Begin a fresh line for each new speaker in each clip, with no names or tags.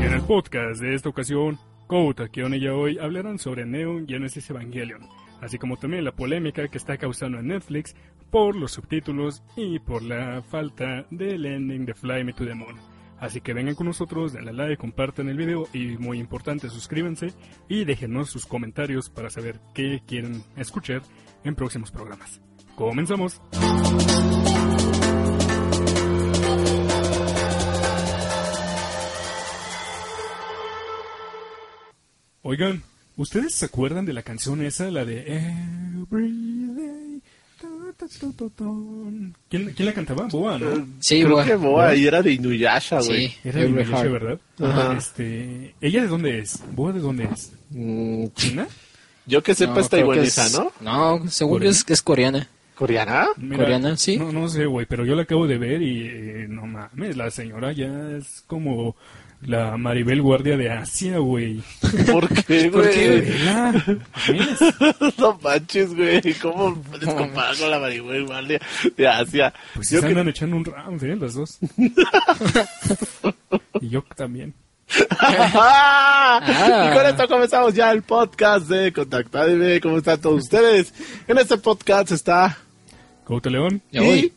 Y en el podcast de esta ocasión, Kouta, Kion y hoy hablaron sobre Neon Genesis Evangelion, así como también la polémica que está causando en Netflix por los subtítulos y por la falta del ending de Fly Me to the Moon. Así que vengan con nosotros, denle like, compartan el video y muy importante, suscríbanse y déjenos sus comentarios para saber qué quieren escuchar en próximos programas. ¡Comenzamos! Oigan, ¿ustedes se acuerdan de la canción esa, la de Every Day? tu, tu, tu, tu, tu? ¿Quién, quién la cantaba? Boa,
Eh,
¿no?
Sí,
Creo
Boa.
que Boa, y era de Inuyasha, güey.
Sí,
Era de
Every
Inuyasha,
Heart.
¿verdad?
Ajá.
Este, ¿Ella de dónde es? ¿Boa de dónde es?
Mm,
¿China?
Yo que sepa
no,
es
creo que
taiwanesa,
es-
¿no?
No, según yo es, es coreana.
¿Coreana?
Mira,
¿Coreana? Sí.
No, no sé, güey, pero yo la acabo de ver y eh, no mames, la señora ya es como la Maribel Guardia de Asia, güey.
¿Por qué,
¿Por qué, güey?
güey?
Vela, mames.
no manches, güey. ¿Cómo puedes comparar con la marihuana igual de, de Asia?
Pues sí
Yo
se
que
andan echando un round, ¿eh? Las dos. y yo también.
¡Ah!
Ah.
Y con esto comenzamos ya el podcast de Contactadme. ¿Cómo están todos ustedes? En este podcast está...
Couto León.
Ya voy.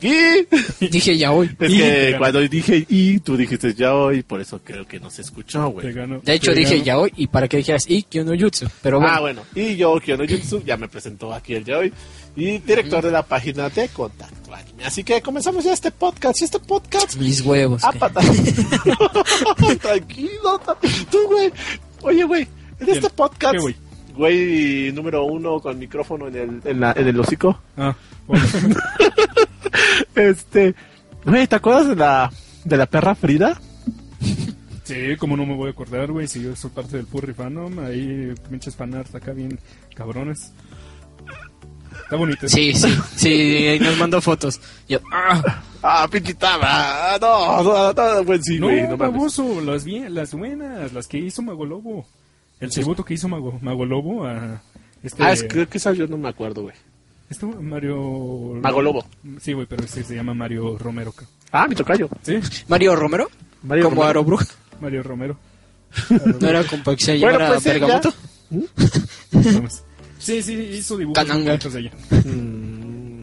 Y... y-
Dije ya hoy.
Es
Y-
que cuando dije y, tú dijiste ya hoy, por eso creo que no se escuchó,
Te
güey.
gano.
De hecho,
te
dije
gano.
ya hoy. ¿Y para qué dijeras y que no jutsu? Pero bueno.
Ah, bueno. Y yo, Kiono Jutsu, ya me presentó aquí el de hoy. Y director de la página de Contacto Anime. Así que comenzamos ya este podcast. Y este podcast...
Mis huevos.
Ah,
que-
pata- Tranquilo, ta- tú, güey. Oye, güey, en
¿Quién?
este podcast,
¿Qué, güey?
güey número uno con micrófono en el, en la- en el hocico.
Ah, hola.
Este, güey, ¿te acuerdas de la, de la perra Frida?
sí, como no me voy a acordar, güey, si yo soy parte del Purry Fanom, ahí pinches fanarts acá bien cabrones. Está bonito.
Sí, sí, sí, ahí nos mandó fotos. Yo, ah,
Ah, pinchitaba. No, no, no, güey, sí,
No,
güey, no mames.
baboso, las, bien, las buenas, las que hizo Mago Lobo. El tributo que hizo Mago, Mago Lobo a este,
Ah, es- creo que esa yo no me acuerdo, güey.
este Mario...
Mago Lobo.
Sí, güey, pero ese se llama Mario Romero. ca-
Ah, mi tocayo.
Sí,
Mario Romero.
Mario
como
Romero.
Aerobruja.
Mario Romero.
No era como que se
Bueno,
llamara
pues, sí, ya.
Bergamoto.
Vamos. Sí, sí, hizo dibujos
Cananga.
muy bonitos de ella.
Mm,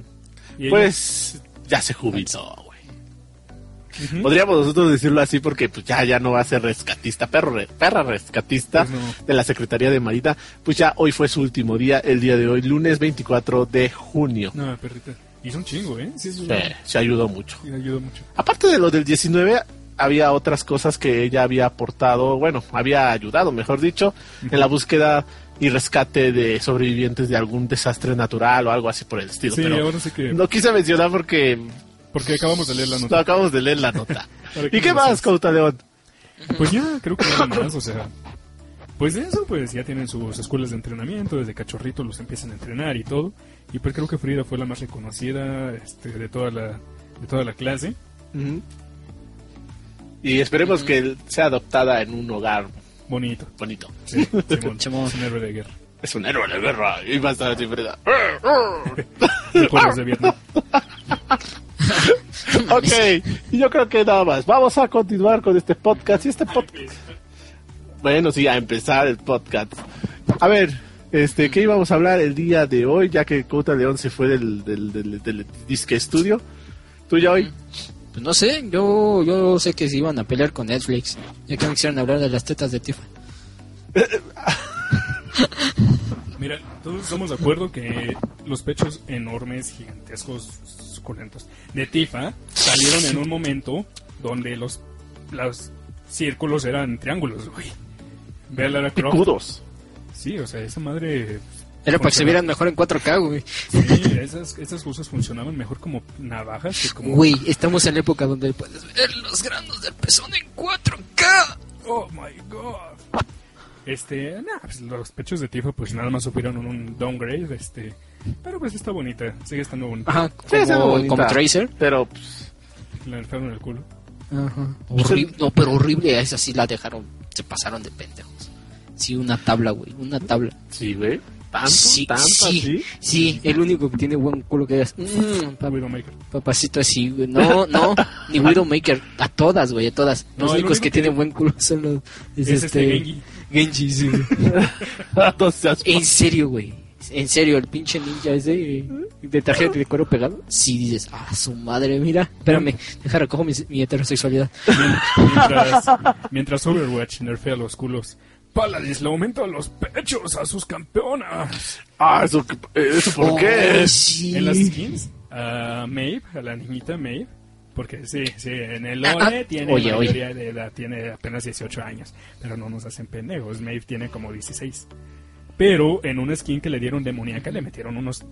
Y
Pues, ya se jubiló, güey.
ella- Ujú.
Podríamos nosotros decirlo así porque pues ya, ya no va a ser rescatista, perro, re- perra rescatista
Pues no.
de la Secretaría de Marina. Pues ya hoy fue su último día, el día de hoy, lunes 24 de junio.
No, perrita. Hizo un chingo, ¿eh? Sí, sí,
Eh, se ayudó mucho.
sí, ayudó mucho.
Aparte de lo del 19, había otras cosas que ella había aportado, bueno, había ayudado, mejor dicho, en la búsqueda y rescate de sobrevivientes de algún desastre natural o algo así por el estilo.
Sí,
pero
ahora sí que...
no quise mencionar porque
Porque acabamos de leer la
no,
nota.
acabamos de leer la nota.
Ahora que
¿Y qué
lo
más,
decimos.
Cauta León?
Pues ya, creo que nada más, o sea. Pues de eso, pues ya tienen sus escuelas de entrenamiento, desde cachorrito los empiezan a entrenar y todo. Y pues creo que Frida fue la más reconocida este, de, toda la, de toda la clase.
Ujú. Y esperemos que él sea adoptada en un hogar
Bonito.
bonito.
Sí, Simón,
Simón.
es un héroe de guerra.
Es un héroe de guerra y va a estar así, Frida.
Recuerdos de Vietnam.
ok, y yo creo que nada más. Vamos a continuar con este podcast. Y este podcast. Bueno, sí, a empezar el podcast. A ver, este, ¿qué íbamos a hablar el día de hoy? Ya que Cota León se fue del, del, del- del disque estudio. ¿Tú ya hoy?
Pues no sé, yo, yo sé que se iban a pelear con Netflix. Ya que no quisieron hablar de las tetas de Tifa.
Mira, todos estamos de acuerdo que los pechos enormes, gigantescos, suculentos de Tifa salieron en un momento donde los, los círculos eran triángulos, güey. Ve a Lara Croft.
Picudos.
Sí, o sea, esa madre
Era para que se
Funcionaba.
vieran mejor en 4K, güey.
Sí, esas, esas cosas funcionaban mejor como navajas que como...
Güey, estamos en la época donde puedes ver los granos del pezón en 4K.
Oh my god. Este, nah, pues los pechos de Tifa pues nada más supieron un downgrade, este, pero pues está bonita, sigue estando bonita.
Ajá,
Sí, es algo
como,
bonita,
como Tracer.
Pero, pues,
La enfermo en el culo.
Ajá. Horrible, no, pero horrible, esa sí la dejaron, se pasaron de pendejos. Sí, una tabla, güey, una tabla.
sí, güey. Tanto,
sí,
tanto
sí,
así.
sí, el único que tiene buen culo que es mm, pap-
Widowmaker.
papacito así, güey. No, no, ni Widowmaker, a todas, güey, a todas. Los
No, el
únicos
único
que
que-
tienen buen culo son los...
Es este Genji.
Genji, sí, güey.
No seas
En serio, güey. En serio, el pinche ninja ese eh, de tarjeta de cuero pegado. Sí, dices, ah, su madre, mira. Espérame, deja recojo mi, mi heterosexualidad.
Mientras, mientras Overwatch nerfea los culos, Paladins le aumenta los pechos a sus campeonas.
Ah, eso, eso por qué.
Oh, sí.
En las skins, a Maeve, a la niñita Maeve, porque sí, sí, en el
Ah,
ONE
ah,
tiene
oye, oye.
mayoría de edad, tiene apenas 18 años, pero no nos hacen pendejos, Maeve tiene como 16. Pero en una skin que le dieron demoníaca le metieron unos...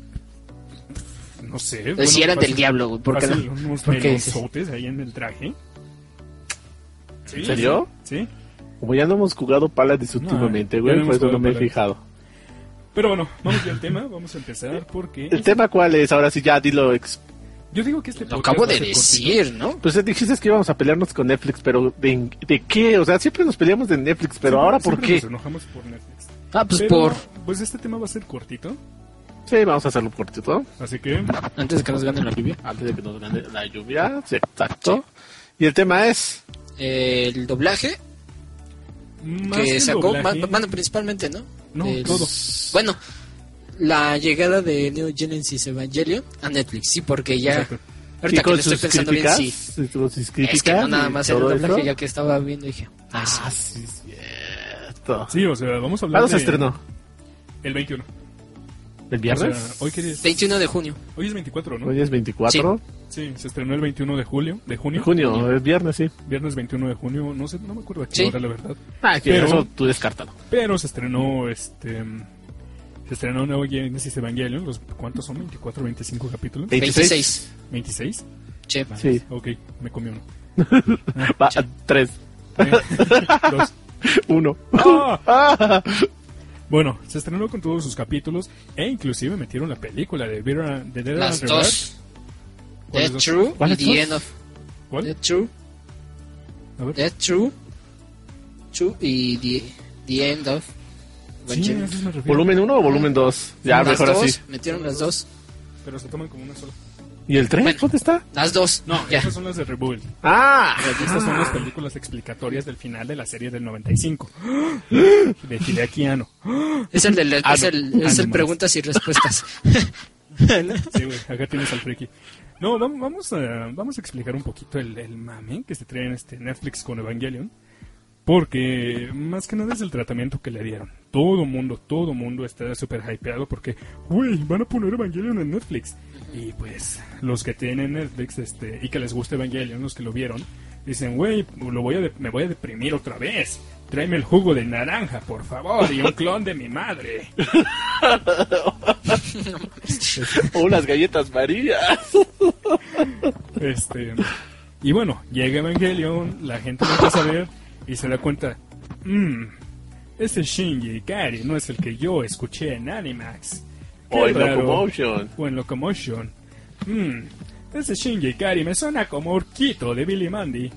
No sé.
Pues sí, eran del diablo, güey, porque
fácil,
no-
unos
¿por qué dices?
melonzotes ahí en el traje. Sí,
¿En serio?
Sí. sí.
Como ya no hemos jugado Paladins
No,
últimamente,
ya
güey,
no
por
hemos
eso no
jugado
me he
Paladins.
fijado.
Pero bueno, vamos ya al tema, vamos a empezar porque...
¿El tema cuál es? Ahora sí, ya dilo. ex-
Yo digo que este
Lo
podcast
acabo
va a
de
ser cortito.
decir, ¿no?
Pues dijiste que íbamos a pelearnos con Netflix, pero ¿de, de qué? O sea, siempre nos peleamos de Netflix, pero
Siempre-
¿ahora por
siempre
qué?
Nos enojamos por Netflix.
Ah, pues
Pero,
por...
Pues este tema va a ser cortito,
Sí, vamos a hacerlo cortito, ¿no?
así que...
Antes de que nos ganen la lluvia.
Antes de que nos gane la lluvia, sí, exacto. Y el tema es...
Eh, el doblaje
Más
que
el
sacó...
doblaje,
ma- Bueno, principalmente, ¿no?
No,
Del-
todo.
Bueno, la llegada de Neo Genesis Evangelion a Netflix. Sí, porque ya...
Exacto.
Ahorita
y
que
con
lo estoy
sus
pensando bien,
críticas,
sí.
sí, con sus
Es que no
críticas
nada
y
más el
todo
doblaje,
eso.
ya que estaba viendo dije, ah, sí.
Ah, sí, cierto.
Sí, o sea, vamos a hablar
¿Cuándo Ah, se
de-
estrenó?
El 21.
¿El
O sea,
viernes?
hoy, que es,
21 de junio.
hoy es 24, ¿no?
Hoy es 24
Sí, se estrenó el 21 de julio, de
de
junio.
junio, es viernes, sí.
Viernes 21 de junio, no sé, no me acuerdo a qué
Sí.
hora, la verdad.
Ah, que
Pero-
eso tú descártalo.
Pero se estrenó, este... Se estrenó Nuevo Genesis Evangelion, los, ¿cuántos son? ¿24, 25 capítulos?
26.
26.
Che.
Sí,
Ok, me comí uno.
va a 3,
Eh, dos.
1.
Ah. Bueno, se estrenó con todos sus capítulos e inclusive metieron la película de, Vera, de Dead
Las
and
dos.
¿Cuál es
Dead
dos?
True
¿Cuál
y
es dos?
The End of
Revenge. ¿Cuál?
Dead True.
A ver.
Dead True. True y The, The End of
Sí, a
Evangelion.
eso me refiero.
¿Volumen 1 o volumen 2? Ya,
Las
mejor
dos,
así.
Metieron las dos.
Pero se toman como una sola.
¿Y el 3?
Bueno.
¿Dónde está?
Las dos.
No,
ya.
esas son las de Rebuild.
Ah,
Estas son las películas explicatorias del final de la serie del 95. De Hideaki Anno.
Es el de la-
Ah,
es
no.
el, es
Ah,
el
no
preguntas y respuestas.
Sí, güey, acá tienes al friki. No, vamos, vamos, a, vamos a explicar un poquito el, el mame que se trae en este Netflix con Evangelion. Porque más que nada es el tratamiento que le dieron. Todo mundo, todo mundo está súper hypeado porque, güey, van a poner Evangelion en Netflix. Y pues, los que tienen Netflix este, y que les gusta Evangelion, los que lo vieron, dicen, güey, lo voy a de- me voy a deprimir otra vez. Tráeme el jugo de naranja, por favor, y un clon de mi madre.
o Oh, las galletas marías.
Este, y bueno, llega Evangelion, la gente lo empieza a ver y se da cuenta, mmm, ese Shinji Ikari no es el que yo escuché en Animax. Qué
O en
raro.
Locomotion.
O en Locomotion. Mmm, ese Shinji Ikari me suena como Urquito de Billy Mandy.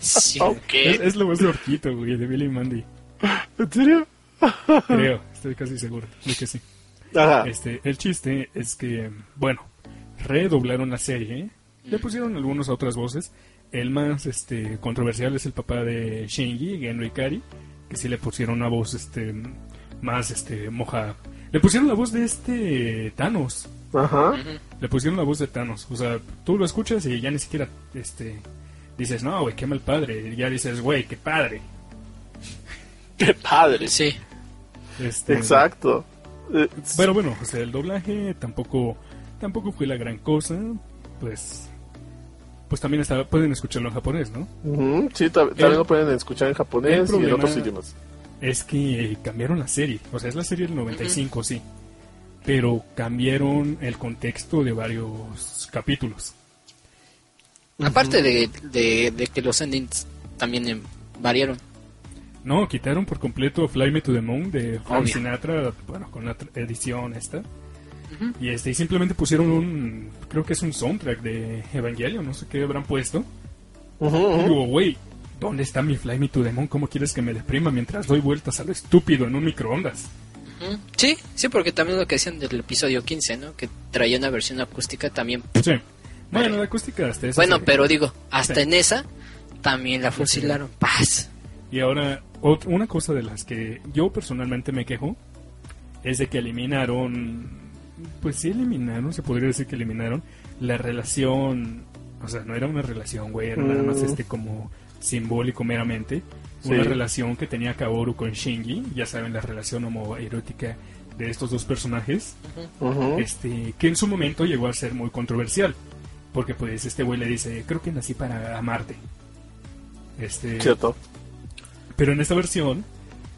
Sí.
Ok.
Es, es lo más de Urquito, güey, de Billy Mandy.
¿En serio?
Creo, estoy casi seguro de que sí.
Ajá.
Este, el chiste es que, bueno, redoblaron la serie, le pusieron algunas otras voces. El más este controversial es el papá de Shinji, Genro Ikari, que sí le pusieron una voz este más este moja. Le pusieron la voz de este Thanos.
Ajá.
Le pusieron la voz de Thanos. O sea, tú lo escuchas y ya ni siquiera este dices, "No, güey, qué mal padre." Ya dices, "Güey, qué padre."
Qué padre.
Sí.
Este,
Exacto. Eh,
Pero bueno, o sea, el doblaje tampoco tampoco fue la gran cosa, pues pues también está, pueden escucharlo en japonés, ¿no?
ujú, sí, ta- también
el-
lo pueden escuchar en japonés
el
y en
problema-
otros idiomas.
es que cambiaron la serie. O sea, es la serie del 95, sí. Pero cambiaron el contexto de varios capítulos.
Aparte de, de, de que los endings también eh, variaron.
No, quitaron por completo Fly Me to the Moon de Frank
Obvio.
Sinatra, bueno, con la tr- edición esta. Y este, y simplemente pusieron un, creo que es un soundtrack de Evangelion, no sé qué habrán puesto.
Ujú,
Y
ujú.
digo, güey, ¿dónde está mi Fly Me to the Moon? ¿Cómo quieres que me deprima mientras doy vueltas a lo estúpido en un microondas?
Ujú. Sí, sí, porque también lo que decían del episodio 15, ¿no? Que traía una versión acústica también.
Sí. Bueno, la acústica hasta eso
Bueno,
sí.
pero digo, hasta
Sí.
en esa también la fusilaron. Paz.
Y ahora, ot- una cosa de las que yo personalmente me quejo es de que eliminaron, pues sí eliminaron, se podría decir que eliminaron la relación, o sea, no era una relación, güey, era nada más
Mm.
este como simbólico meramente,
Sí.
una relación que tenía Kaoru con Shinji, ya saben, la relación homoerótica de estos dos personajes,
Ujú.
este, que en su momento llegó a ser muy controversial, porque pues este güey le dice, creo que nací para amarte. Este,
Cierto.
pero en esta versión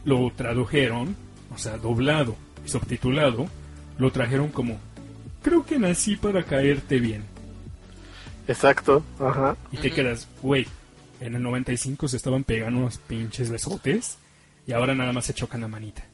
lo tradujeron, o sea, doblado y subtitulado, lo trajeron como Creo que nací para caerte bien.
Exacto. Ajá.
Y te quedas, güey, en el 95 se estaban pegando unos pinches besotes y ahora nada más se chocan la manita.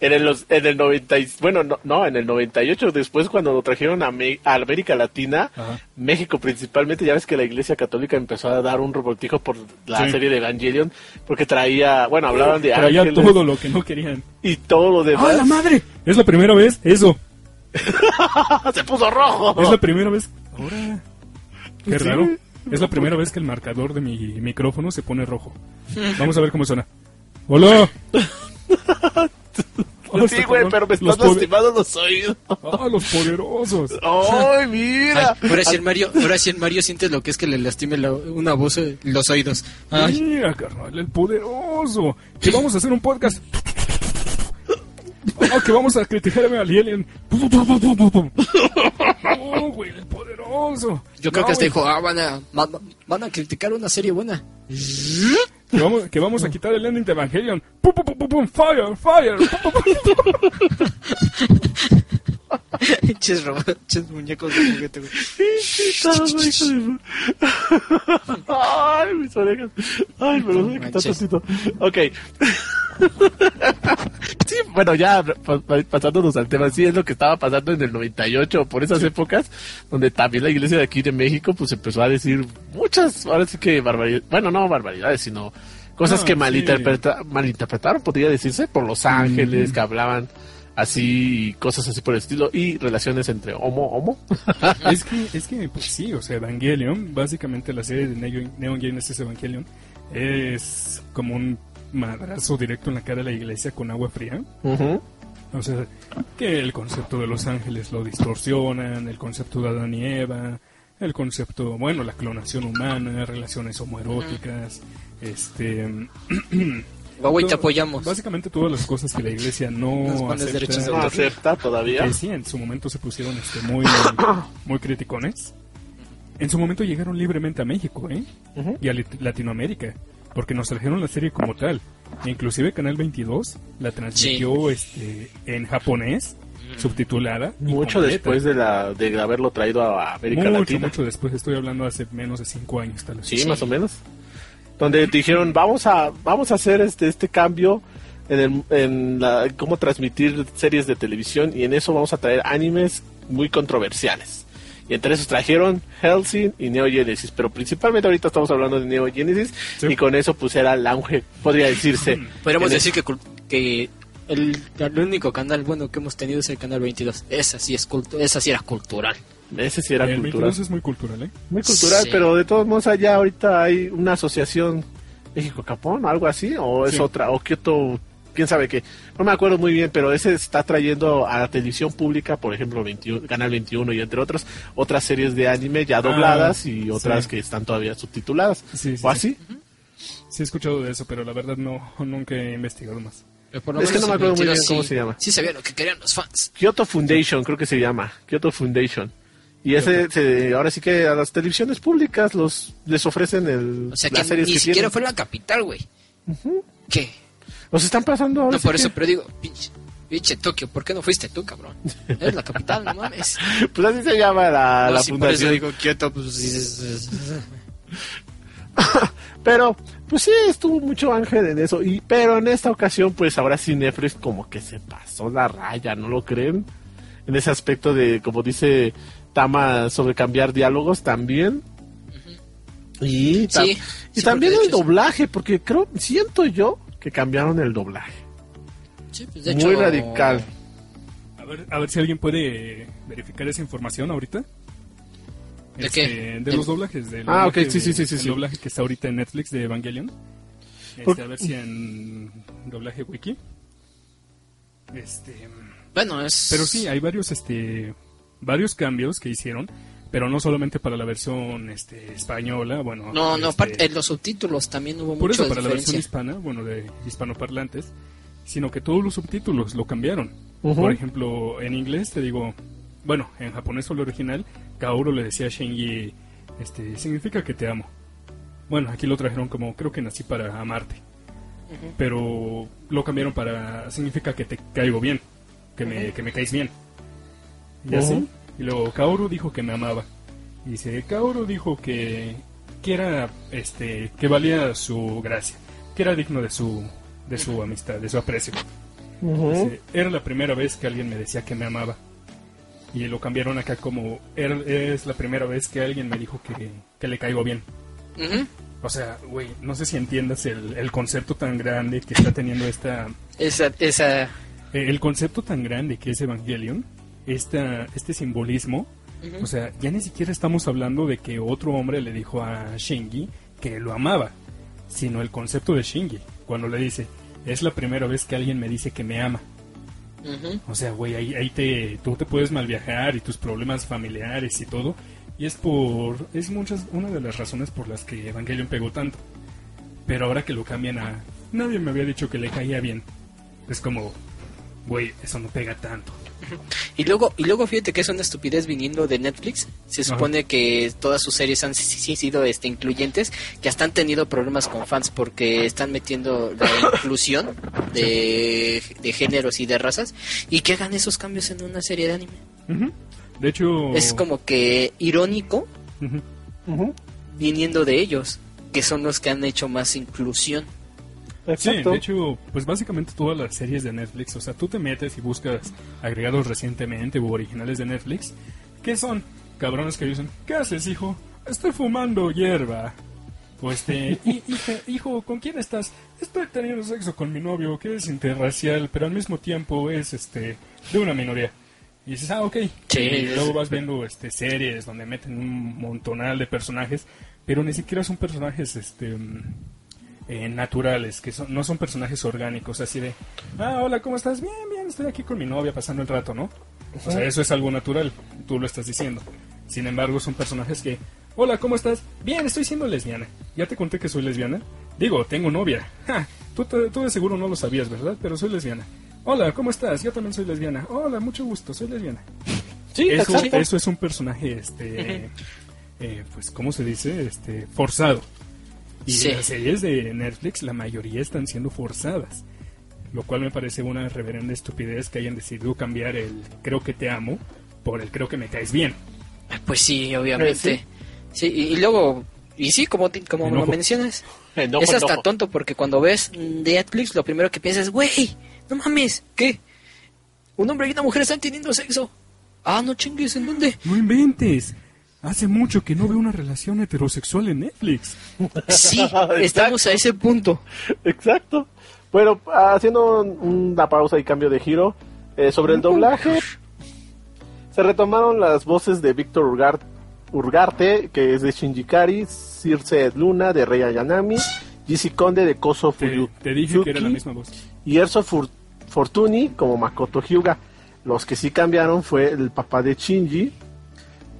En el, los- en el 90, y- bueno, no, no, en el 98, después cuando lo trajeron a, Me- a América Latina,
Ajá.
México principalmente, ya ves que la Iglesia Católica empezó a dar un revoltijo por la
Sí.
serie de Evangelion, porque traía, bueno, hablaban de
Traía
ángeles
todo lo que no querían.
y todo lo
¡Ah, la
demás.
madre! Es la primera vez, eso.
¡Se puso rojo!
Es la primera vez. Ahora. Qué
Sí.
raro. Es la primera vez que el marcador de mi micrófono se pone rojo. Vamos a ver cómo suena. ¡Hola!
sí, güey, pero me
Los
estás
poder-
lastimando los oídos.
¡Ah, los poderosos!
¡Ay, mira!
Ay, ahora, sí el Mario, ahora sí el Mario siente lo que es que le lastime la- una voz eh, los oídos. Ay,
Mira, ah, carnal, el poderoso. Que vamos a hacer un podcast. Ah, que vamos a criticar a Alien. No, güey, el poderoso.
yo creo
No,
que hasta
güey,
dijo, ah, van a, van a- van a criticar una serie buena.
Que vamos, que vamos a quitar el ending de Evangelion. Pum, pum, pum, pum, pum, fire, fire. Pum, pum, pum.
ches, robots, ches muñecos de juguete, güey.
Ay, mis orejas. Ay, me los voy a quitar
Manches.
tantito. Ok. Sí, bueno, ya pa- pa- pasándonos al tema, sí, es lo que estaba pasando en el 98, por esas épocas, donde también la iglesia de aquí de México, pues empezó a decir muchas, ahora sí que barbaridades, bueno, no barbaridades, sino cosas
Ah,
que
sí.
malinterpreta- malinterpretaron, podría decirse, por los ángeles que hablaban así, y cosas así por el estilo, y relaciones entre homo, homo.
es que, es que, pues sí, o sea, Evangelion, básicamente la serie de Neon, Neon Genesis Evangelion, es como un madrazo directo en la cara de la iglesia con agua fría.
Ujú.
O sea, que el concepto de los ángeles lo distorsionan, el concepto de Adán y Eva, el concepto, bueno, la clonación humana, relaciones homoeróticas, este...
Huawei, te
todo-
apoyamos.
Básicamente todas las cosas que la iglesia
Nos
no
pones derechos de
acepta,
No
autor.
acepta todavía.
que sí, en su momento se pusieron este, muy, muy criticones. En su momento llegaron libremente a México, ¿eh?
Ujú.
Y a Lit- Latinoamérica, porque nos trajeron la serie como tal. Inclusive Canal 22 la transmitió este, en japonés, subtitulada. y
Mucho
completa.
después de la de haberlo traído a América
mucho,
Latina.
mucho después. Estoy hablando hace menos de cinco años, tal vez.
Sí, más o menos. Donde dijeron, vamos a vamos a hacer este este cambio en, el- en la- cómo transmitir series de televisión y en eso vamos a traer animes muy controversiales. Y entre esos trajeron Hellsing y Neo Genesis, pero principalmente ahorita estamos hablando de Neo Genesis
Sí.
y con eso pues era el auge, podría decirse.
Podríamos
En
decir que, cul- que el, el único canal bueno que hemos tenido es el canal 22. Esa sí, es cultu- esa sí era cultural.
Ese sí era
El
cultural.
22 es muy cultural, ¿eh?
Muy cultural,
Sí.
pero de todos modos allá ahorita hay una asociación México-Japón, algo así, o es
Sí.
otra, o Kyoto, quién sabe qué. No me acuerdo muy bien, pero ese está trayendo a la televisión pública, por ejemplo, 21, Canal 21 y entre otros, otras series de anime ya dobladas y otras
Ah, sí.
que están todavía subtituladas.
Sí, sí,
o
sí.
así.
Sí he escuchado de eso, pero la verdad no, nunca he investigado más.
Pero por
Es que no me
el
acuerdo muy bien
22
cómo
sí-
se llama.
Sí sabía lo que querían los fans.
Kyoto Foundation, creo que se llama. Kyoto Foundation. Y ese, se- ahora sí que a las televisiones públicas los les ofrecen el,
O sea que
las series
ni
que
siquiera
tienen.
fue la capital, güey. ¿Qué?
Nos están pasando ahora.
No,
sí
por eso,
que-
pero digo, pinche, pinche Tokio, ¿por qué no fuiste tú, cabrón? Eres la capital, no mames.
Pues así se llama la,
No,
la
sí, por eso
fundación.
digo Kioto, pues dices...
Pero, pues sí, estuvo mucho Ángel en eso. Y, pero en esta ocasión, pues ahora sí Netflix como que se pasó la raya, ¿no lo creen? En ese aspecto de, como dice Tama, sobre cambiar diálogos también. Y, ta-
Sí,
y
sí, porque
también
de
el
hecho es-
doblaje, porque creo, siento yo que cambiaron el doblaje.
Sí, pues, de
Muy
hecho,
radical.
A ver, a ver si alguien puede eh, verificar esa información ahorita. Este,
¿De qué?
De
Del-
los doblajes. Del
Ah,
doblaje
ok, sí, sí, sí, sí,
del
sí.
doblaje que está ahorita en Netflix de Evangelion. Este,
Por-
A ver si en doblaje wiki. Este,
Bueno, es...
pero sí, hay varios, este, varios cambios que hicieron, pero no solamente para la versión este, española, bueno.
No, no,
este,
aparte, en los subtítulos también hubo
por
mucha
eso, para la versión
diferencia.
hispana, bueno, de hispanoparlantes, sino que todos los subtítulos lo cambiaron.
Ujú.
Por ejemplo, en inglés te digo, bueno, en japonés solo original, Kaoru le decía a Shenji, este, significa que te amo. Bueno, aquí lo trajeron como, creo que nací para amarte. Pero lo cambiaron para, significa que te caigo bien, que me, que me caes bien. Y
Ujú.
así. Y luego Kaoru dijo que me amaba. Y dice, Kaoru dijo que, que era, este, que valía su gracia, que era digno de su, de su amistad, de su aprecio.
pues
Ujú.
Dice, era la primera vez que alguien me decía que me amaba. Y lo cambiaron acá como, "Er- es la primera vez que alguien me dijo que, que le caigo bien.
Ujú.
O sea, güey, no sé si entiendas el, el concepto tan grande que está teniendo esta...
Esa, esa...
eh, El concepto tan grande que es Evangelion, esta, este simbolismo.
ujú.
O sea, ya ni siquiera estamos hablando de que otro hombre le dijo a Shinji que lo amaba, sino el concepto de Shinji, cuando le dice, es la primera vez que alguien me dice que me ama.
Ujú.
O sea, güey, ahí, ahí te, tú te puedes mal viajar y tus problemas familiares y todo. Y es por. Es muchas. Una de las razones por las que Evangelion pegó tanto. Pero ahora que lo cambian a. Nadie me había dicho que le caía bien. Es como. Güey, eso no pega tanto.
Y luego, y luego fíjate que es una estupidez viniendo de Netflix. Se
Ajá.
supone que todas sus series han si- si- sido este, incluyentes, que hasta han tenido problemas con fans porque están metiendo la inclusión de, de géneros y de razas y que hagan esos cambios en una serie de anime.
Ujú. De hecho.
Es como que irónico
Ujú.
Ujú.
viniendo de ellos, que son los que han hecho más inclusión.
Sí,
Exacto.
de hecho, pues básicamente todas las series de Netflix, o sea, tú te metes y buscas agregados recientemente o originales de Netflix, que son cabrones que dicen, ¿qué haces, hijo? Estoy fumando hierba. O este, "Hi- hija- hijo, ¿con quién estás? Estoy teniendo sexo con mi novio, que es interracial, pero al mismo tiempo es, este, de una minoría. Y dices, ah, ok.
Sí,
y luego
es-
vas viendo este, series donde meten un montonal de personajes, pero ni siquiera son personajes este, mm, eh, naturales, que son, no son personajes orgánicos, así de, ah, hola, ¿cómo estás? Bien, bien, estoy aquí con mi novia pasando el rato, ¿no? O sea, eso es algo natural, tú lo estás diciendo. Sin embargo, son personajes que, hola, ¿cómo estás? Bien, estoy siendo lesbiana. Ya te conté que soy lesbiana. Digo, tengo novia. Ja, tú, te- tú de seguro no lo sabías, ¿verdad? Pero soy lesbiana. Hola, ¿cómo estás? Yo también soy lesbiana. Hola, mucho gusto, soy lesbiana.
Sí,
eso,
exacto.
eso es un personaje, este, eh, pues, ¿cómo se dice? Este, forzado. Y
Sí.
las series de Netflix, la mayoría están siendo forzadas. Lo cual me parece una reverenda estupidez que hayan decidido cambiar el creo que te amo por el creo que me caes bien.
Pues sí, obviamente. Sí, y, y luego, y sí, como, ti- como lo
Enojo.
mencionas,
Enojo,
es hasta
enojo.
tonto porque cuando ves Netflix, lo primero que piensas es, güey, no mames, ¿qué? Un hombre y una mujer están teniendo sexo. Ah, no chingues, ¿en dónde?
No inventes. Hace mucho que no veo una relación heterosexual en Netflix.
Sí, estamos a ese punto.
Exacto. Bueno, haciendo un- una pausa y cambio de giro eh, sobre el doblaje, se retomaron las voces de Víctor Urgar- Urgarte, que es de Shinji Kari, Circe Luna de Rey Ayanami, Jesse Conde de Koso
Te,
Fuyu,
te dije que era la
Yuki,
misma voz.
y Erso Fur- Fortuny como Makoto Hyuga. Los que sí cambiaron fue el papá de Shinji,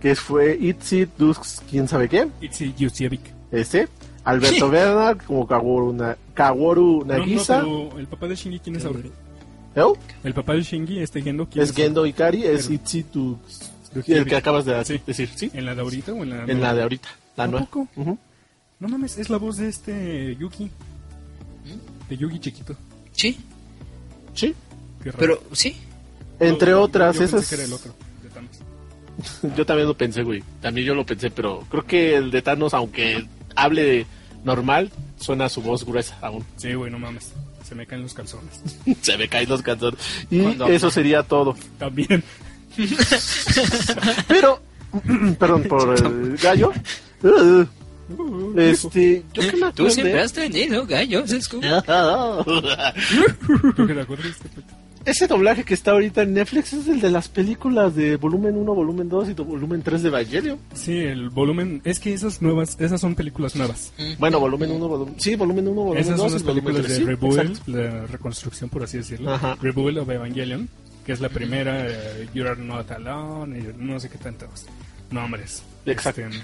que fue Itzy Dux, quién sabe qué,
Itzy Yusievic.
este, Alberto Bernard como Kaworu, Na- Kaworu
No, no,
Nagisa.
pero el papá de Shingi, ¿quién es ahora?
¿no?
El papá de Shingi, este Gendo, ¿quién
Es Gendo Ikari, es
Pero-
Itzy tu...
Dux-
El que acabas de
Sí.
decir, ¿sí?
¿En la de ahorita o en la
En la de ahorita, la
¿A
nueva.
poco?
Ujú.
No mames, es la voz de este Yuki. de Yugi chiquito.
Sí,
Sí.
Qué raro.
pero sí.
Entre
Yo- yo-
otras,
yo pensé
esas.
que era el otro, de Thanos.
Yo también lo pensé, güey. También yo lo pensé, pero creo que el de Thanos, aunque hable normal, suena su voz gruesa aún.
Sí, güey, no mames. Se me caen los calzones.
Se me caen los cantones. Y
Cuando-
eso sería todo.
También.
Pero, perdón por el gallo. Uh, Este, yo que me
Tú
acuerde-
siempre has Ah, tenido gallos, es como-
¿Tú qué te acuerdas? este
Ese doblaje que está ahorita en Netflix es el de las películas de volumen 1, volumen 2 y do- volumen 3 de Evangelio.
Sí, el volumen. Es que esas nuevas, esas son películas nuevas.
Bueno, volumen 1, volumen... Sí, volumen 1, volumen
Esas son
2 y
las
volumen
películas de
3. sí,
Rebuild,
exacto.
la reconstrucción, por así decirlo.
Ajá.
Rebuild of Evangelion, que es la primera, eh, You're Not Alone, y no sé qué tantos nombres.
Exacto.
Este,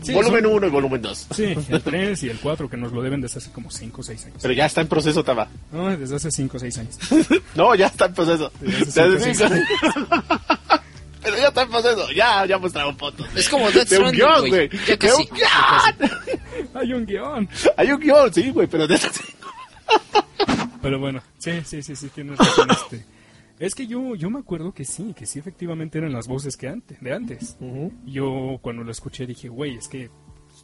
sí,
volumen
son-
1 y volumen 2.
Sí, el 3 y el 4, que nos lo deben desde hace como 5 o 6 años.
Pero ya está en proceso, Taba.
No, desde hace 5 o 6 años.
No, ya está en proceso.
Desde hace
Desde
cinco
cinco- Pero ya está en proceso. Ya, ya mostraron fotos.
Es como Death
De un
Stranding,
guión,
güey.
güey.
Ya
De
casi,
un guión.
Hay un guión.
Hay un guión, sí, güey, pero de esas-
Pero bueno, sí, sí, sí, sí, tienes razón. este. Es que yo, yo me acuerdo que sí, que sí, efectivamente eran las voces que antes, de antes. Yo cuando lo escuché dije, güey, es que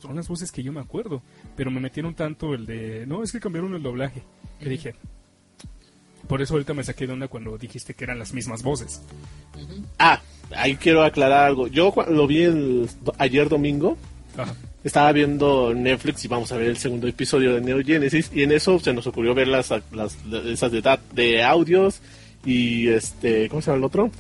son las voces que yo me acuerdo. Pero me metieron tanto el de, no, es que cambiaron el doblaje. Que dije, por eso ahorita me saqué de onda cuando dijiste que eran las mismas voces.
Ah, ahí quiero aclarar algo. Yo cua- lo vi el- ayer domingo.
Ajá.
Estaba viendo Netflix y vamos a ver el segundo episodio de Neo Genesis. Y en eso se nos ocurrió ver las, las- esas de, dat- de audios y este. ¿Cómo se llama el otro?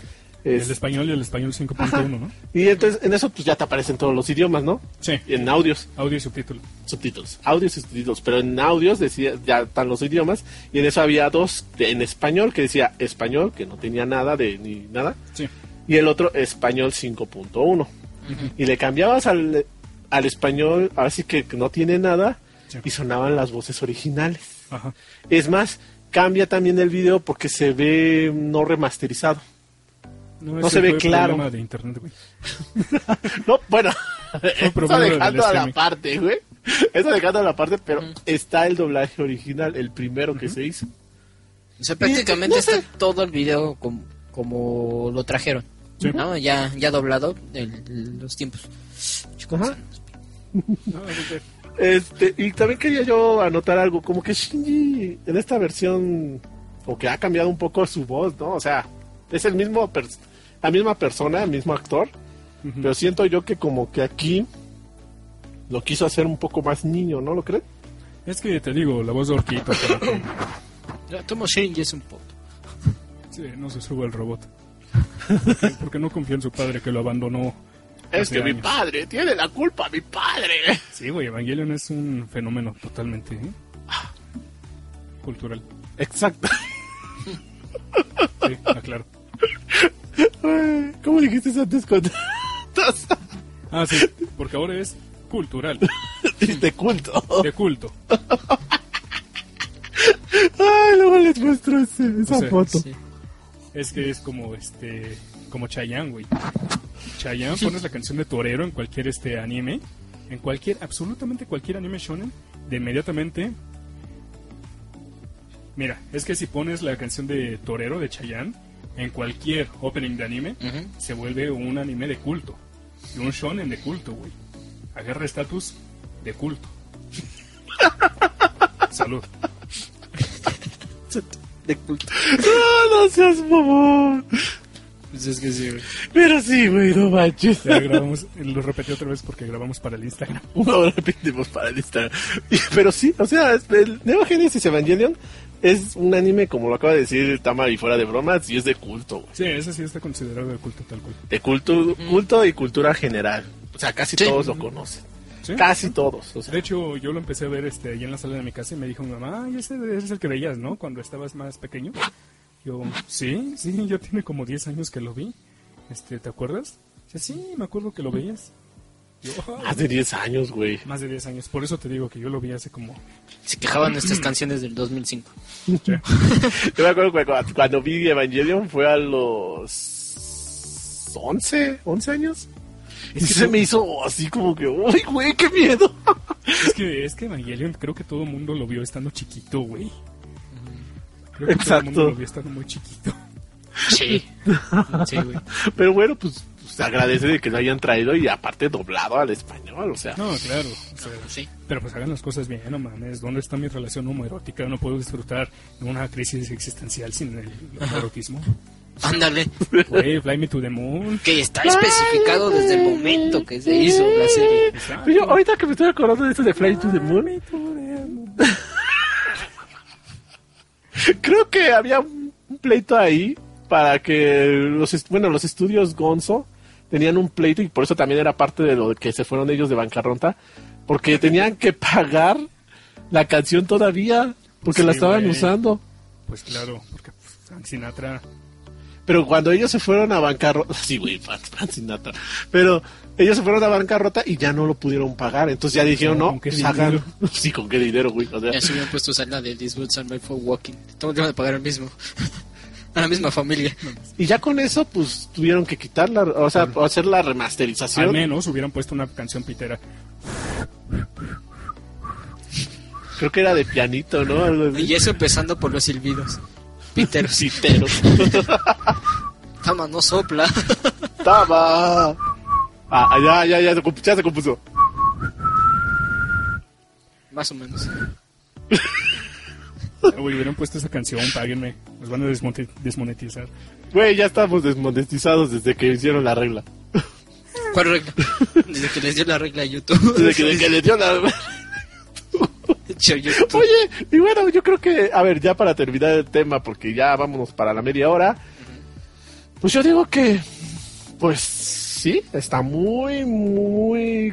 El
Es-
de español y el español 5.1, ¿no?
y entonces en eso pues ya te aparecen todos los idiomas, ¿no?
Sí,
En audios.
audio y subtítulo.
subtítulos, audios y subtítulos, pero en audios decía ya están los idiomas y en eso había dos de- en español que decía español que no tenía nada de ni nada
Sí.
y el otro español 5.1 y le cambiabas al, al español así que no tiene nada
Sí.
y sonaban las voces originales.
Ajá.
Es más, cambia también el video porque se ve no remasterizado. No
ese
se ve
fue
claro.
problema de internet, güey.
No, bueno,
problema
eso
del
dejando a la
streaming.
parte, güey. Eso dejando a la parte, pero está el doblaje original, el primero que se hizo.
O sea, prácticamente
no sé.
está todo el video como, como lo trajeron.
Sí.
¿No? Ya, ya doblado el- los tiempos.
Ajá. Este, y también quería yo anotar algo, como que Shinji en esta versión, como que ha cambiado un poco su voz, ¿no? O sea, es el mismo, pers- la misma persona, el mismo actor,
Ujú.
pero siento yo que como que aquí lo quiso hacer un poco más niño, ¿no lo crees?
Es que te digo, la voz de Orquito. pero que-
Ya, Tomo Shinji es un poco.
Sí, no se sube el robot. Porque no confía en su padre que lo abandonó.
Es
hace
que mi
años.
padre tiene la culpa, mi padre.
Sí, güey, Evangelion es un fenómeno totalmente ¿eh? cultural.
Exacto.
Sí, aclaro.
¿Cómo dijiste eso antes con
Ah, sí, porque ahora es cultural,
de culto?
de culto.
Ay, luego les muestro ese- esa
O sea,
foto.
sí.
Es que es como este, como Chayanne, güey. Chayanne pones la canción de Torero en cualquier este anime, en cualquier, absolutamente cualquier anime shonen, de inmediatamente. Mira, es que si pones la canción de Torero de Chayanne en cualquier opening de anime,
Ujú.
se vuelve un anime de culto. Y un shonen de culto, güey. Agarra estatus de culto. Salud.
De culto. No, no seas mamón.
Pues es que sí, güey.
Pero sí, güey, no manches.
Ya grabamos, lo repetí otra vez porque grabamos para el Instagram.
Una hora repetimos para el Instagram. Y- Pero sí, o sea, es- el Neo Genesis Evangelion es un anime, como lo acaba de decir Tama y fuera de bromas, y es de culto, güey.
Sí, ese sí está considerado de culto tal cual.
De culto, culto y cultura general. O sea, casi
Sí.
todos lo conocen.
Sí.
Casi todos. O sea,
De hecho, yo lo empecé a ver este, ahí en la sala de mi casa y me dijo mi mamá, "Ay, ese, ese es el que veías, ¿no? Cuando estabas más pequeño. Yo, sí, sí, yo tiene como 10 años que lo vi. Este, ¿Te acuerdas? Dice, sí, me acuerdo que lo veías. Yo, "Ay,
más de 10 años, güey.
más de 10 años. Por eso te digo que yo lo vi hace como...
Se quejaban estas canciones del 2005.
Yo me acuerdo que cuando, cuando vi Evangelion fue a los 11, 11 años. Y sí se me hizo así como que, uy, güey, qué miedo.
Es que, es que Evangelion creo que todo el mundo lo vio estando chiquito, güey. Creo que todo el
Exacto.
mundo lo vio estando muy chiquito.
Sí. Sí, güey.
Pero bueno, pues, pues, agradece de que lo hayan traído y aparte doblado al español, o sea.
No, claro. o sea,
Sí.
Pero pues hagan las cosas bien, no mames. ¿Dónde está mi relación homoerótica? No puedo disfrutar de una crisis existencial sin el erotismo.
Ándale.
Güey, Fly Me to the Moon.
Que está especificado desde el momento que se hizo la serie.
Pero yo, ahorita que me estoy acordando de esto de Fly to the Moon, creo que había un un pleito ahí para que los, est- bueno, los estudios Gonzo tenían un pleito y por eso también era parte de lo que se fueron ellos de bancarrota, porque tenían que pagar la canción todavía, porque
Sí,
la estaban
güey.
usando.
Pues claro, porque pues, Frank Sinatra.
Pero cuando ellos se fueron a bancarrota, sí, güey, Frank- Frank Sinatra. pero ellos se fueron a bancarrota y ya no lo pudieron pagar. Entonces ya dijeron,
No,
no,
¿con qué
pues hagan-
dinero?
sí, con qué dinero, güey. O sea,
Ya se hubieran puesto la de These Boots Are Made for Walking. Tengo que pagar el mismo. A la misma familia.
y ya con eso, pues tuvieron que quitarla, o sea, hacer la remasterización.
Al menos hubieran puesto una canción pitera.
Creo que era de pianito, ¿no? Algo así.
Y eso empezando por los silbidos. Peter,
Sí, pero-
Tama no sopla.
Estaba. Ah, ah, ya, ya, ya, se compu- ya se compuso.
Más o menos.
Ah, güey, hubieran puesto esa canción, páguenme. Nos van a desmonte- desmonetizar.
Güey, ya estamos desmonetizados desde que hicieron la regla.
¿Cuál regla? Desde que les dio la regla a YouTube.
Desde que, desde que le dio la
Che, YouTube.
Oye, y bueno, yo creo que, a ver, ya para terminar el tema, porque ya vámonos para la media hora, pues yo digo que, pues sí, está muy, muy,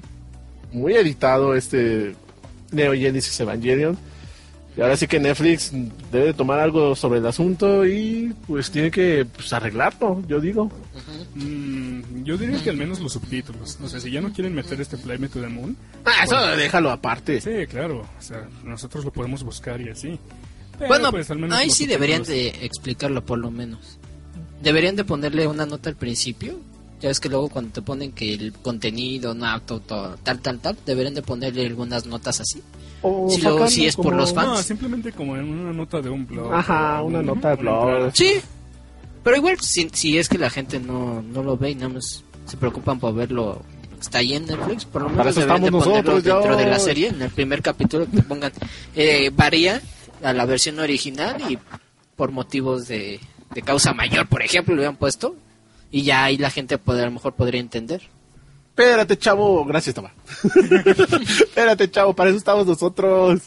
muy editado este Neo Genesis Evangelion. Y ahora sí que Netflix debe tomar algo sobre el asunto y pues tiene que pues, arreglarlo, yo digo.
Mm, yo diría que al menos los subtítulos. O sea, si ya no quieren meter este Fly Me to the Moon.
Ah, eso déjalo aparte.
Sí, claro. O sea, nosotros lo podemos buscar y así. Pero,
Bueno,
pues, al menos
ahí
los
sí deberían
subtítulos-
de explicarlo por lo menos. Deberían de ponerle una nota al principio. Ya es que luego cuando te ponen que el contenido no apto, to- tal, tal, tal, deberían de ponerle algunas notas así.
O
Si lo-
sacarlo
si es por
como-
los fans.
No, simplemente como en una nota de un blog.
Ajá,
o
una
un-
nota de blog.
Sí, pero igual si, si es que la gente no, no lo ve y nada más se preocupan por verlo. Está ahí en Netflix, por lo
Para
menos
eso
deberían de
estamos
ponerlo
nosotros, ya.
dentro de la serie. En el primer capítulo que pongan eh, varía a la versión original y por motivos de, de causa mayor, por ejemplo, lo habían puesto. Y ya ahí la gente puede, a lo mejor podría entender.
Espérate, chavo. Gracias, Toma. Espérate, chavo. Para eso estamos nosotros.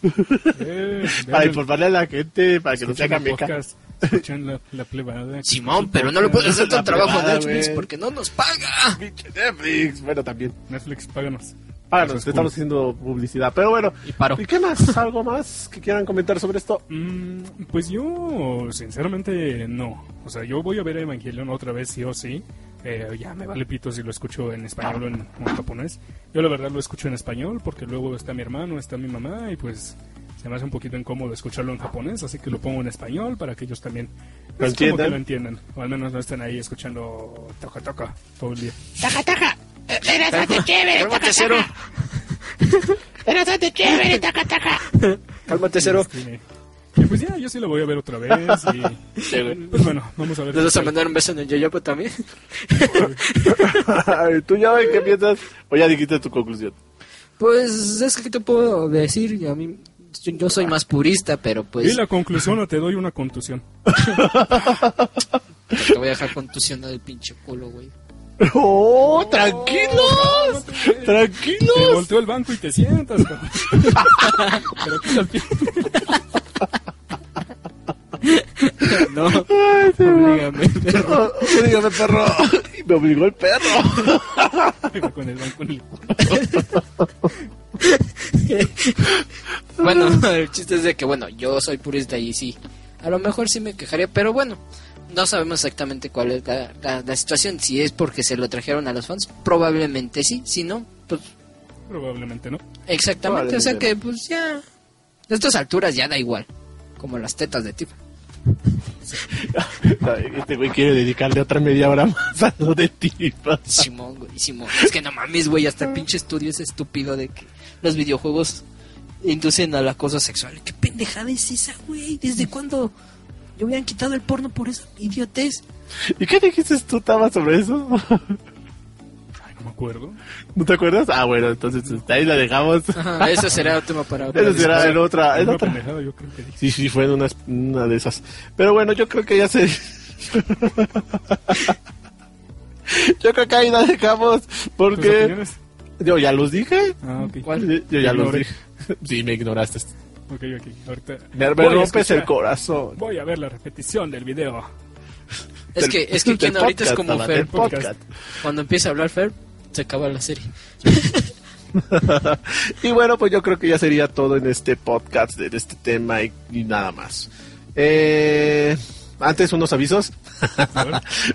Eh,
para
vean-
informarle a la gente, para que no
escuchen
se haga
el
meca.
podcast, Escuchen la, la plebada.
Simón, pero no le puedes hacer
La
tu trabajo a
privada,
Netflix
güey.
porque no nos paga.
Pinche Netflix. Bueno, también.
Netflix, páganos.
Ahora
Eso es
nos estamos
cool.
haciendo publicidad. Pero bueno.
Y paro.
qué más? ¿Algo más que quieran comentar sobre esto?
Mm, pues yo, sinceramente, no. O sea, yo voy a ver Evangelion otra vez, sí o sí. Eh, ya me vale pito si lo escucho en español o en, o en japonés. Yo la verdad lo escucho en español porque luego está mi hermano, está mi mamá y pues se me hace un poquito incómodo escucharlo en japonés, así que lo pongo en español para que ellos también pues, como
entiendan.
que lo entiendan. O al menos no estén ahí escuchando toca toca todo el día.
Taca, taca. Eh, Eres bastante chévere, taca,
Cálmate cero,
taca. Eres bastante chévere, taca, taca.
cálmate cero.
Este, y pues ya, yo sí lo voy a ver otra vez y pues bueno, vamos a ver.
¿Les vas
qué
a
tal.
mandar un beso en el yoyopo también?
Ay, ¿Tú ya ves qué piensas? O ya dijiste tu conclusión.
Pues es que ¿qué te puedo decir, a mí yo, yo soy más purista, pero
Y
pues
la conclusión o te doy una contusión.
te voy a dejar contusionado el pinche culo, güey.
¡Oh, tranquilos!
Te
¡Tranquilos!
volteó el banco y te sientas. cabrón. Pero quita el pie.
No,
Ay, sí,
obligamente.
perro. Dígame, perro. Y me obligó el perro.
Con el banco en el-
Bueno, el chiste es de que bueno, yo soy purista y sí. A lo mejor sí me quejaría, pero bueno, no sabemos exactamente cuál es la, la- la situación, si es porque se lo trajeron a los fans, probablemente sí, si no, pues
Probablemente no.
exactamente, o sea
Probablemente
que pues ya a estas alturas ya da igual, como las tetas de tipo.
Ay, Este güey quiere dedicarle otra media hora más a lo de tipas.
Simón, güey, Simón. Es que no mames, güey, hasta el pinche estudio es estúpido de que los videojuegos inducen al acoso sexual. ¿Qué pendejada es esa, güey? ¿Desde cuándo le hubieran quitado el porno por esa idiotez?
¿Y qué dijiste tú, Tama, sobre eso?
Ay, no me acuerdo.
¿No te acuerdas? Ah, bueno, entonces este, ahí la dejamos.
Ajá, eso será tema para otra
Eso
vez.
será en otra, en
Una
Ah, otra.
pendejada, yo creo que dije.
Sí, sí, fue en una, una de esas. Pero bueno, yo creo que ya se... yo creo que ahí la dejamos
¿Tus
porque...
opiniones?
Yo ya los dije.
Ah, ok.
Yo, yo ya los
Ignoré.
dije. Sí, me ignoraste.
Ok, ok. Ahorita.
Me, me
Voy a
rompes
escuchar-
el corazón.
Voy a ver la repetición del video.
Es que, es que
Del- del
quien ahorita es
podcast,
como
Tama,
Fer.
del podcast.
Cuando empieza a hablar Fer, se acaba la serie.
y bueno, pues yo creo que ya sería todo en este podcast de este tema y, y nada más. Eh, antes unos avisos.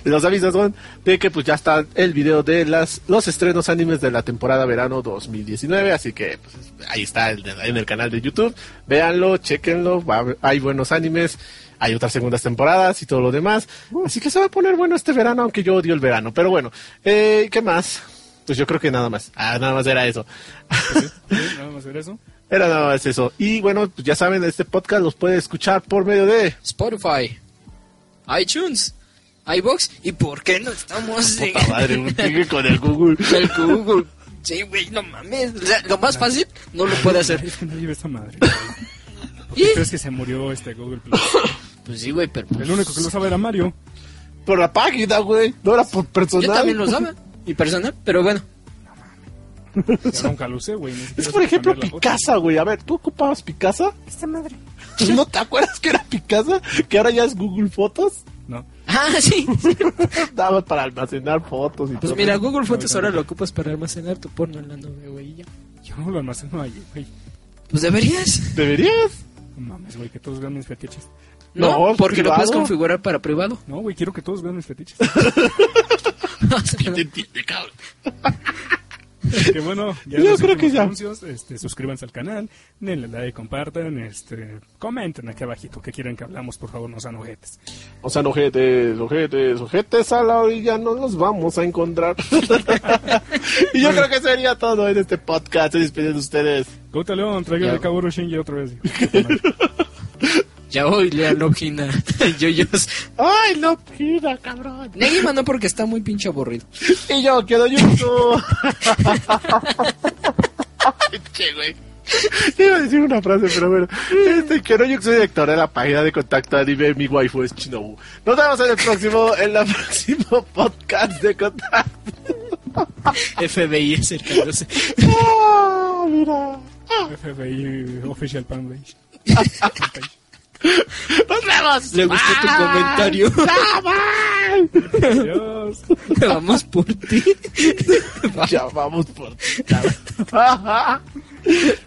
los avisos son de que pues ya está el video de las los estrenos animes de la temporada verano 2019, así que pues, ahí está el de- en el canal de YouTube. Véanlo, chequenlo, va a haber- hay buenos animes. Hay otras segundas temporadas y todo lo demás. Así que se va a poner bueno este verano, aunque yo odio el verano. Pero bueno, eh, ¿qué más? Pues yo creo que nada más. Ah, nada más era eso.
Sí, Nada más ver eso.
Era nada más eso. Y bueno, pues ya saben, este podcast los puede escuchar por medio de.
Spotify, iTunes, iBox y ¿por qué no estamos en
Puta madre, un tigre con el Google.
el Google? Sí, güey, no mames. O sea, lo más fácil no lo puede hacer.
Es que no lleva esa madre. ¿Por qué crees que se murió este Google Plus?
Pues sí, güey, pero pues,
El único que lo sabe era Mario.
Por la página, güey. No era por personal.
yo también lo sabe, mi persona, pero bueno.
Yo nunca lo usé, güey. ni
Es
siquiera
por
sé
ejemplo
cambiar la foto.
Picasa, güey. A ver, ¿tú ocupabas Picasa?
Esta madre.
¿No te acuerdas que era Picasa? Que ahora ya es Google Fotos.
No.
Ah, sí.
Nada más para almacenar fotos y
Pues
todo.
mira, Google Fotos ahora lo ocupas para almacenar tu porno en la nube, güey. y ya.
Yo no lo almaceno ahí, güey.
Pues deberías.
¿Deberías?
No mames, güey, que todos vean mis fetiches.
No, pues,
No,
porque lo
privado.
puedes configurar para privado.
No, güey, quiero que todos vean mis fetiches.
Te entiende, cabrón.
que bueno, ya
Yo
los
creo que
últimos
ya.
anuncios, este, suscríbanse al canal, denle like, compartan, este, comenten aquí abajito que quieren que hablamos, por favor, no sean ojetes.
O sea, ojetes, ojetes, ojetes a la orilla, no los vamos a encontrar. y yo creo que sería todo en este podcast. Se despiden de ustedes.
Gota León, traigan
Ya.
el Kaburo Shinji otra vez. hijo de puta madre.
Ya hoy lea Logina. yo, yo.
Ay, no pida, cabrón.
Negima no porque está muy pinche aburrido.
Y yo quedo yuso. che, güey. Iba a decir una frase, pero bueno. Este, que no, yo soy director de la página de contacto anime. Mi waifu es Chinobu. Nos vemos en el próximo, en la próximo podcast de contacto.
FBI acercándose.
Ah, mira.
FBI Official Fan Page.
Nos vemos.
Le gustó tu comentario.
Bye, bye.
Adiós.
Vamos por ti.
Ya vamos por ti, cabrón.